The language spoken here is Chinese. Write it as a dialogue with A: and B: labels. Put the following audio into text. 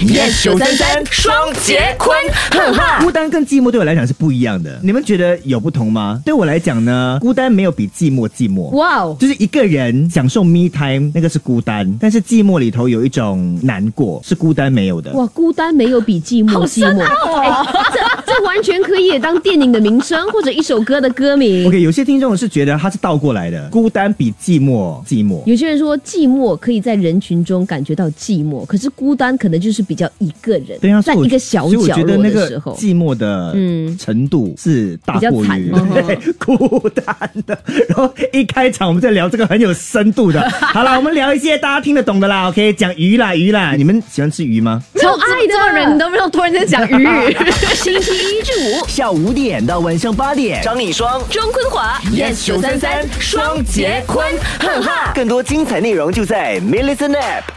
A: yes 九三三双节棍，哈哈。
B: 孤单跟寂寞对我来讲是不一样的，你们觉得有不同吗？对我来讲呢，孤单没有比寂寞寂寞。
C: 哇哦，
B: 就是一个人享受 me time，那个是孤单，但是寂寞里头有一种难过，是孤单没有的。
C: 哇，孤单没有比寂寞寂寞，
D: 啊
C: 哎、这这完全可以当电影的名称或者一首歌的歌名。
B: OK，有些听众是觉得他是倒过来的，孤单比寂寞寂寞。
C: 有些人说寂寞可以在人群中感觉到寂寞，可是孤单可能就是比较一个人，
B: 对啊，所
C: 在
B: 以我
C: 一个小
B: 所以我
C: 角
B: 觉得
C: 落
B: 那
C: 的
B: 个
C: 时候。
B: 寂寞的
C: 嗯
B: 程度是大过
C: 比较惨
B: 于、
C: 嗯哼
B: 对孤单的。然后一开场我们在聊这个很有深度 的，好啦，我们聊一些大家听得懂的啦。OK，讲鱼啦鱼啦，你们喜欢吃鱼吗？
C: 超爱
D: 这么
C: 的
D: 人，都没有突然间讲鱼，
C: 星期一至五，
E: 下午五点到晚上八点，
A: 张一双
C: 庄坤华
A: yes 九三三双节棍，哈哈。
E: 更多精彩内容就在 m i l l i c e n App。